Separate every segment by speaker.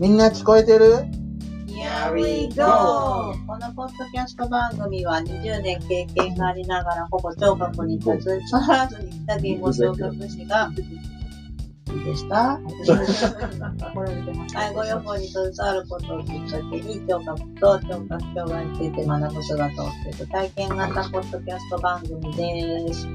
Speaker 1: みんな聞こえてる
Speaker 2: Here we go! このポッドキャスト番組は20年経験がありながらほぼ聴覚に携わらずに来た言語聴覚士がいいでした 介護予防に携わることをきっかけに聴覚と聴覚障害について学ぶ姿をしていく体験型ポッドキャスト番組です。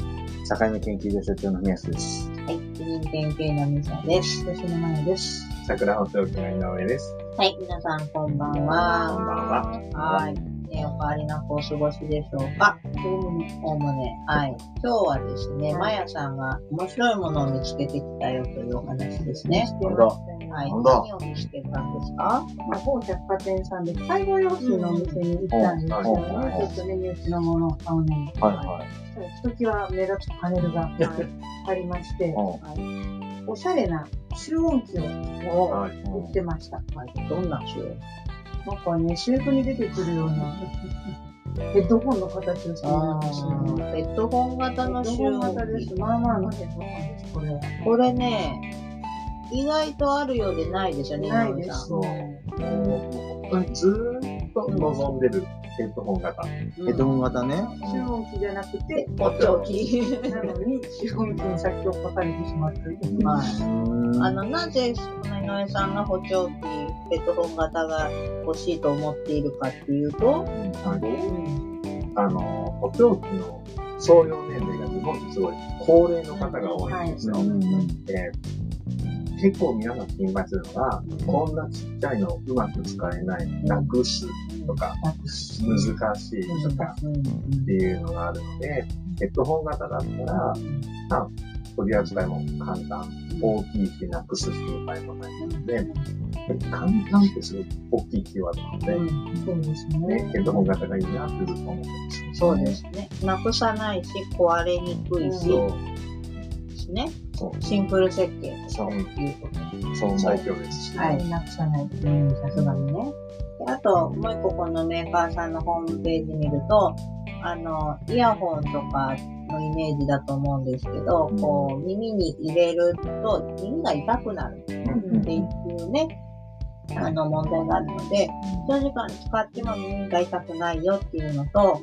Speaker 1: 境目研究所所長の宮瀬です。
Speaker 2: はい、人間系のミサです。吉野真由です。
Speaker 3: 桜放送局の井上です。
Speaker 2: はい、皆さんこんばん
Speaker 3: こん
Speaker 2: は。
Speaker 3: ばんは。
Speaker 2: はい。ね、お変わりなくお過ごしでしょうか。おおむね。はい。今日はですね、まやさんが面白いものを見つけてきたよというお話ですね。
Speaker 1: なるほ
Speaker 2: はい。
Speaker 1: なんだ
Speaker 2: 何を見つけたんですか
Speaker 4: まあ、某百貨店さんで介護用品のお店に行ったんですけど、
Speaker 1: うんうん
Speaker 4: ちょっとね、身内のものを買うのに、
Speaker 1: ど。は
Speaker 4: ひときわ目立つパネルがはいありまして
Speaker 1: い、は
Speaker 4: おしゃれな集音機を
Speaker 2: お
Speaker 3: はい。
Speaker 1: い。う
Speaker 4: 売ってました。
Speaker 2: はい。どんな種類
Speaker 4: なんかね、主役に出てくるようなヘッドホンの形をしているんですよね。
Speaker 2: ヘッドホン型
Speaker 4: ヘ
Speaker 2: の
Speaker 4: ッ
Speaker 2: 収
Speaker 4: ドホン型
Speaker 2: 音
Speaker 4: で
Speaker 2: 機
Speaker 4: す。まあまあのヘッドホンです、これは。
Speaker 2: これね、意外とあるようでないですよね、
Speaker 4: ない
Speaker 2: 井
Speaker 4: で
Speaker 2: 上さ
Speaker 4: す
Speaker 2: ん。
Speaker 4: ね。
Speaker 3: んもう本当にずーっと望んでるヘッドホン型。
Speaker 1: んヘッドホン型ね。
Speaker 4: 集音機じゃなくて、
Speaker 2: お長期。
Speaker 4: なのに集音機に先を書かれてしまっている。
Speaker 2: はいう
Speaker 1: ーん
Speaker 2: あの、なぜ、この井上さんが補聴器、ヘッドホン型が欲しいと思っているかっていうと、
Speaker 3: あの、あの、補聴器の総量年齢が日本ってすごい高齢の方が多いんですよ
Speaker 1: う。んうん
Speaker 3: で結構皆さん心配するのが、こんなちっちゃいのをうまく使えない、なくすとか、難しいとかっていうのがあるので、ヘッドホン型だったら、取り扱いも簡単、大きいし、なくす心配もないので、簡単ってすごく大きいキーワードなので、
Speaker 4: そうです
Speaker 3: ね、
Speaker 4: ね。
Speaker 3: ヘッドホン型がいいなってずっと思ってます。
Speaker 2: そうですね。なくさないし、壊れにくいし、
Speaker 3: そう、
Speaker 2: ですね。
Speaker 3: そ
Speaker 2: シンプル設計
Speaker 3: そう、
Speaker 2: ということで
Speaker 3: そう最強ですし、
Speaker 2: はい
Speaker 4: なくさない。
Speaker 2: さすがにね。であと、もう一個このメーカーさんのホームページ見ると、あの、イヤホンとかのイメージだと思うんですけど、こう、耳に入れると耳が痛くなる。
Speaker 1: うん
Speaker 2: っていうね、あの問題があるので、長時間使っても耳が痛くないよっていうのと、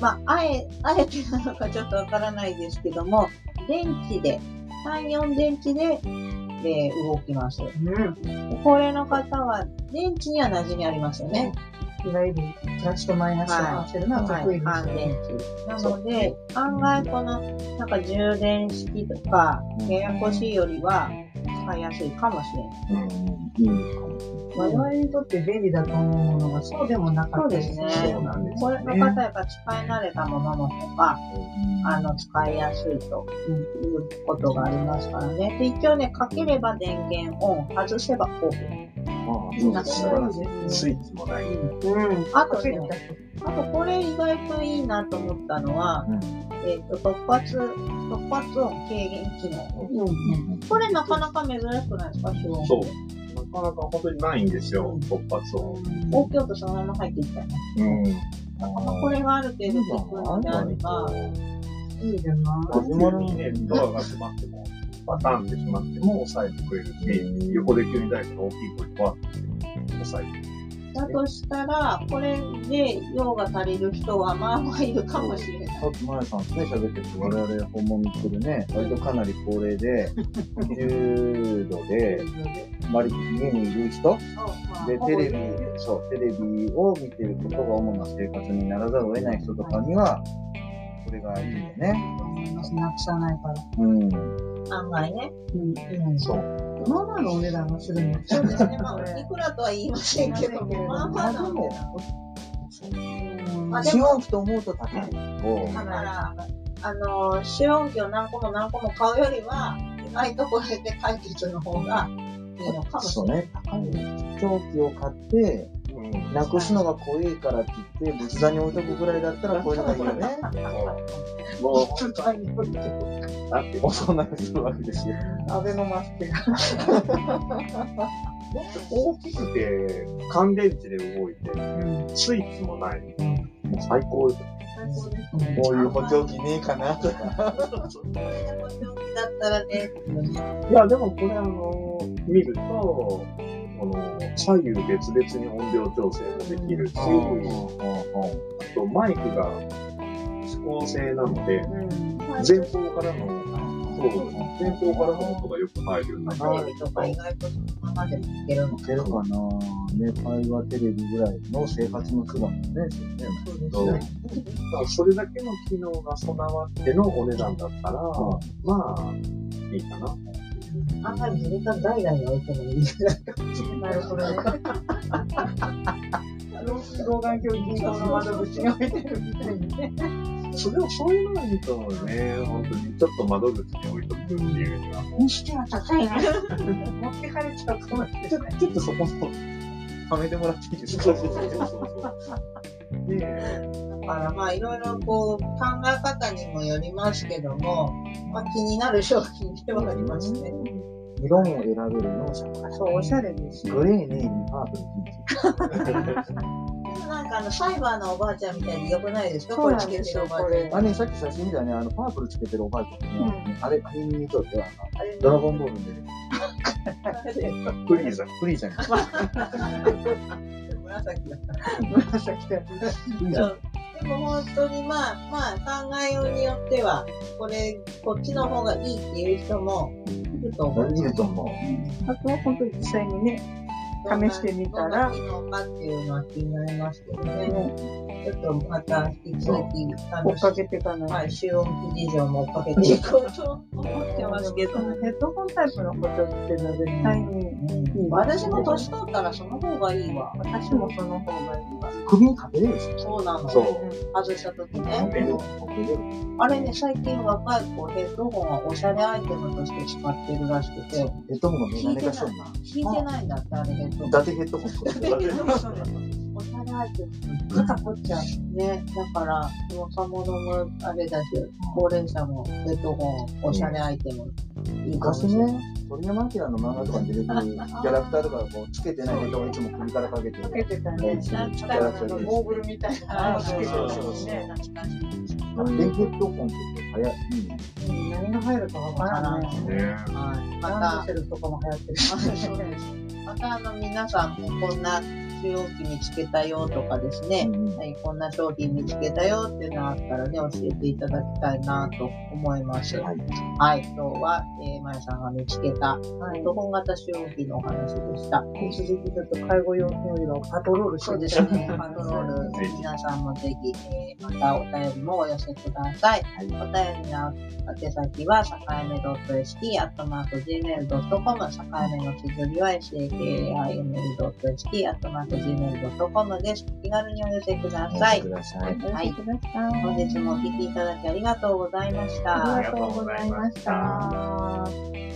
Speaker 2: まあ、あえ、あえてなのかちょっとわからないですけども、電池で、3、4電池で、で動きます。で
Speaker 4: うん。
Speaker 2: 高齢の方は、電池には馴染みありますよね。
Speaker 4: いわゆるプラスとマイナスを合わせるのは
Speaker 2: はい
Speaker 4: 得意、です
Speaker 2: 乾電
Speaker 4: よね。
Speaker 2: 池。なので、案外この、なんか充電式とか、
Speaker 1: うん
Speaker 2: ややこしいよりは、使いやすいかもしれない。
Speaker 1: うんいいかも
Speaker 4: 我々にとって便利だと思うものがそうでもなかったり
Speaker 2: そうですね
Speaker 3: そうなんです
Speaker 2: こ
Speaker 3: よ
Speaker 2: れの
Speaker 3: ね。
Speaker 2: 方やっぱ使い慣れたものの方が、あの、使いやすいということがありますからね。で、一応ね、かければ電源オン、外せばオフ。
Speaker 3: ああそうです素晴らしいスイッチもない。
Speaker 4: うん。
Speaker 2: あとね、あとこれ意外といいなと思ったのは、
Speaker 1: うん
Speaker 2: えっ、と、突発、突発音軽減機能。
Speaker 4: うん。
Speaker 1: うん
Speaker 2: これなかなか珍しくないですか、主音。
Speaker 3: そう。なかなか本当にないんですよ、突発音。
Speaker 2: 大きい音そのまま入ってきたよね。
Speaker 3: うん。
Speaker 2: まあこれがある程度効くのであれば、
Speaker 4: いいじゃな
Speaker 3: 始まるにね、ドアが閉まっても、バタンって閉まっても押さえてくれるし、横で急に誰かが大きい声でわーって押さえて
Speaker 2: だとしたら、これで用が足りる人はまあまあいるかもしれない。
Speaker 1: さっきマヤさんとね、喋ってて、我々訪問してるね、割とかなり高齢で、10度で、割と家にいる人で、テレビ、そう、テレビを見てることが主な生活にならざるを得ない人とかには、これがいいよね。
Speaker 4: す。なくさないから。
Speaker 1: うん。
Speaker 2: 案外ね。
Speaker 4: うん。
Speaker 3: そう。
Speaker 4: まあまあのお値段がするの。
Speaker 2: そうですね。まあ、いくらとは言いませんけども、まあまあなんでだ
Speaker 4: うん
Speaker 2: まあで
Speaker 1: 使
Speaker 2: も
Speaker 1: 用機と思うと高い。
Speaker 2: だから、あの、使用機を何個も何個も買うよりは、意外とこれで解決の方がいいのかもし
Speaker 1: そう
Speaker 2: れない。
Speaker 1: ね、高い。長期を買って、
Speaker 3: うん。
Speaker 1: なくすのが怖いからって言って、仏壇に置いとくぐらいだったら、こういうのがいいよね。
Speaker 3: もう、
Speaker 1: あって、お供えするわけですよ。
Speaker 4: アベノマスク。
Speaker 3: 大きくて、乾電池で動いて、スイッチもない。もう最高です。
Speaker 1: こういう補聴器ねえかなとか。
Speaker 2: これでも長期だったらね、
Speaker 3: いや、でもこれあの、見ると、この左右別々に音量調整もできるし、あとマイクが指向性なので、前方からの、そう、前方からの音がよく入るようにな
Speaker 2: テレビとか意外とそのままでもいけるの
Speaker 1: 出るかなネパイはテレビぐらいの生活の苦なんね。
Speaker 2: そうです
Speaker 3: けど、それだけの機能が備わってのお値段だったら、まあ、いいかな。
Speaker 2: あんまり自分が代々に置いてもいいんじゃないかもしれない。なるほどね。
Speaker 4: 老眼鏡銀行の窓口に置いてるみたいにね。
Speaker 3: それをそういうのがいいと思うね。本当に。ちょっと窓口に置いとくっていうには。
Speaker 4: にしては高いな。持ってかれちゃうかもしれ
Speaker 1: ちょ
Speaker 4: ない。
Speaker 1: ちょっとそこも、はめてもらっていいですか
Speaker 3: そうそうそう そう。ねえ。
Speaker 2: だからまあいろいろこう考え方にもよりますけども、まあ気になる商品ではありますね。
Speaker 1: 色を選べるの社会。
Speaker 2: そう、おしゃれです
Speaker 1: グレー、ネイビー、パープル、ピンク。
Speaker 2: なんかあの、サイバーのおばあちゃんみたいに良くないですか
Speaker 4: そうなんですよ
Speaker 2: これつけてるおば
Speaker 1: あ
Speaker 2: あち
Speaker 1: れ、さっき写真見たね、あの、パープルつけてるおばあちゃんね、あれ、国にとっては、あ
Speaker 2: ゃん。あれ
Speaker 1: のドラゴンボールに出てくる
Speaker 3: フリーザ。
Speaker 1: フリーザに。
Speaker 2: 紫だった
Speaker 4: 紫だとね。
Speaker 1: フリーザ
Speaker 2: そうでも本当にまあ、まあ考えようによっては、これ、こっちの方がいいっていう人もいると思う。
Speaker 1: いると思
Speaker 4: あとは本当に実際にね、試してみたら
Speaker 2: どんな機能かっていうのは気になりますけどね。ちょっとまた引き続き、あ
Speaker 4: 追
Speaker 2: の
Speaker 4: っかけていかない。
Speaker 2: はい、収音機事情も追っかけていこうと思ってますけど
Speaker 4: そ。のヘッドホンタイプのことっていうのは絶対に、
Speaker 2: 私も年取ったらその方がいいわ。
Speaker 4: 私もその方がいいわ。
Speaker 1: う。首にかけれるでしょ
Speaker 2: そうなの。
Speaker 3: そう。
Speaker 2: 外した
Speaker 1: か
Speaker 2: 時ね。
Speaker 1: けれる。かけれる。
Speaker 2: あれね、最近若い子、ヘッドホンはおしゃれアイテムとして使ってるらしくて、
Speaker 1: ヘッドホンがメガネ化しような。
Speaker 2: 聞いてないんだって、あれヘッドホ
Speaker 1: 伊
Speaker 2: ン。
Speaker 1: 達ヘッドホンとか。
Speaker 2: おしゃれアイテム。肩こっちゃうね。だから、若者もあれだし、高齢者もヘッドホン、おしゃれアイテム。いいかも
Speaker 1: 昔
Speaker 2: しれない。
Speaker 1: ね、鳥山明の漫画とかに出てくるキャラクターとかがこうつけてないヘッドホンいつも首からかけて
Speaker 4: か
Speaker 1: る。
Speaker 4: けてたね。
Speaker 1: キャラクタ
Speaker 4: なんか
Speaker 1: ーで
Speaker 4: ゴーグルみたいなのをつけて
Speaker 1: そう
Speaker 4: た
Speaker 1: そう
Speaker 4: しね。
Speaker 2: 懐かしい。
Speaker 1: 電気ヘッドホンって流行いいね。
Speaker 4: うん何が入るかわからないしね。
Speaker 3: ね
Speaker 2: はい。ま
Speaker 4: ランド
Speaker 2: た、
Speaker 4: セルとかも流行ってるし。
Speaker 2: またあの皆さんもこんな中央機見つけたよとかですね、はい、こんな商品見つけたよっていうのがあったらね、教えていただきたいなと思います。はい、今日は、えー、まやさんが見つけた、
Speaker 4: はい
Speaker 2: 本型中央機のお話でした。
Speaker 4: 引き続きちょっと介護用品を今パトロールして
Speaker 2: そう
Speaker 4: み
Speaker 2: で
Speaker 4: た
Speaker 2: す
Speaker 4: い
Speaker 2: ね、パトロー
Speaker 3: ぜ
Speaker 2: ル、
Speaker 3: ひ
Speaker 2: 皆さんもぜひ、えーまたお便りもお寄せください。お便りの宛先は、さかやめ .st、アットマーク gmail.com、さかやめの綴りは、sakayame.st、アットマーク gmail.com です。気軽にお寄せください
Speaker 1: く。ださい。
Speaker 2: はい
Speaker 4: お願いします
Speaker 2: 本日もお聞きいただきありがとうございました。
Speaker 4: ありがとうございました。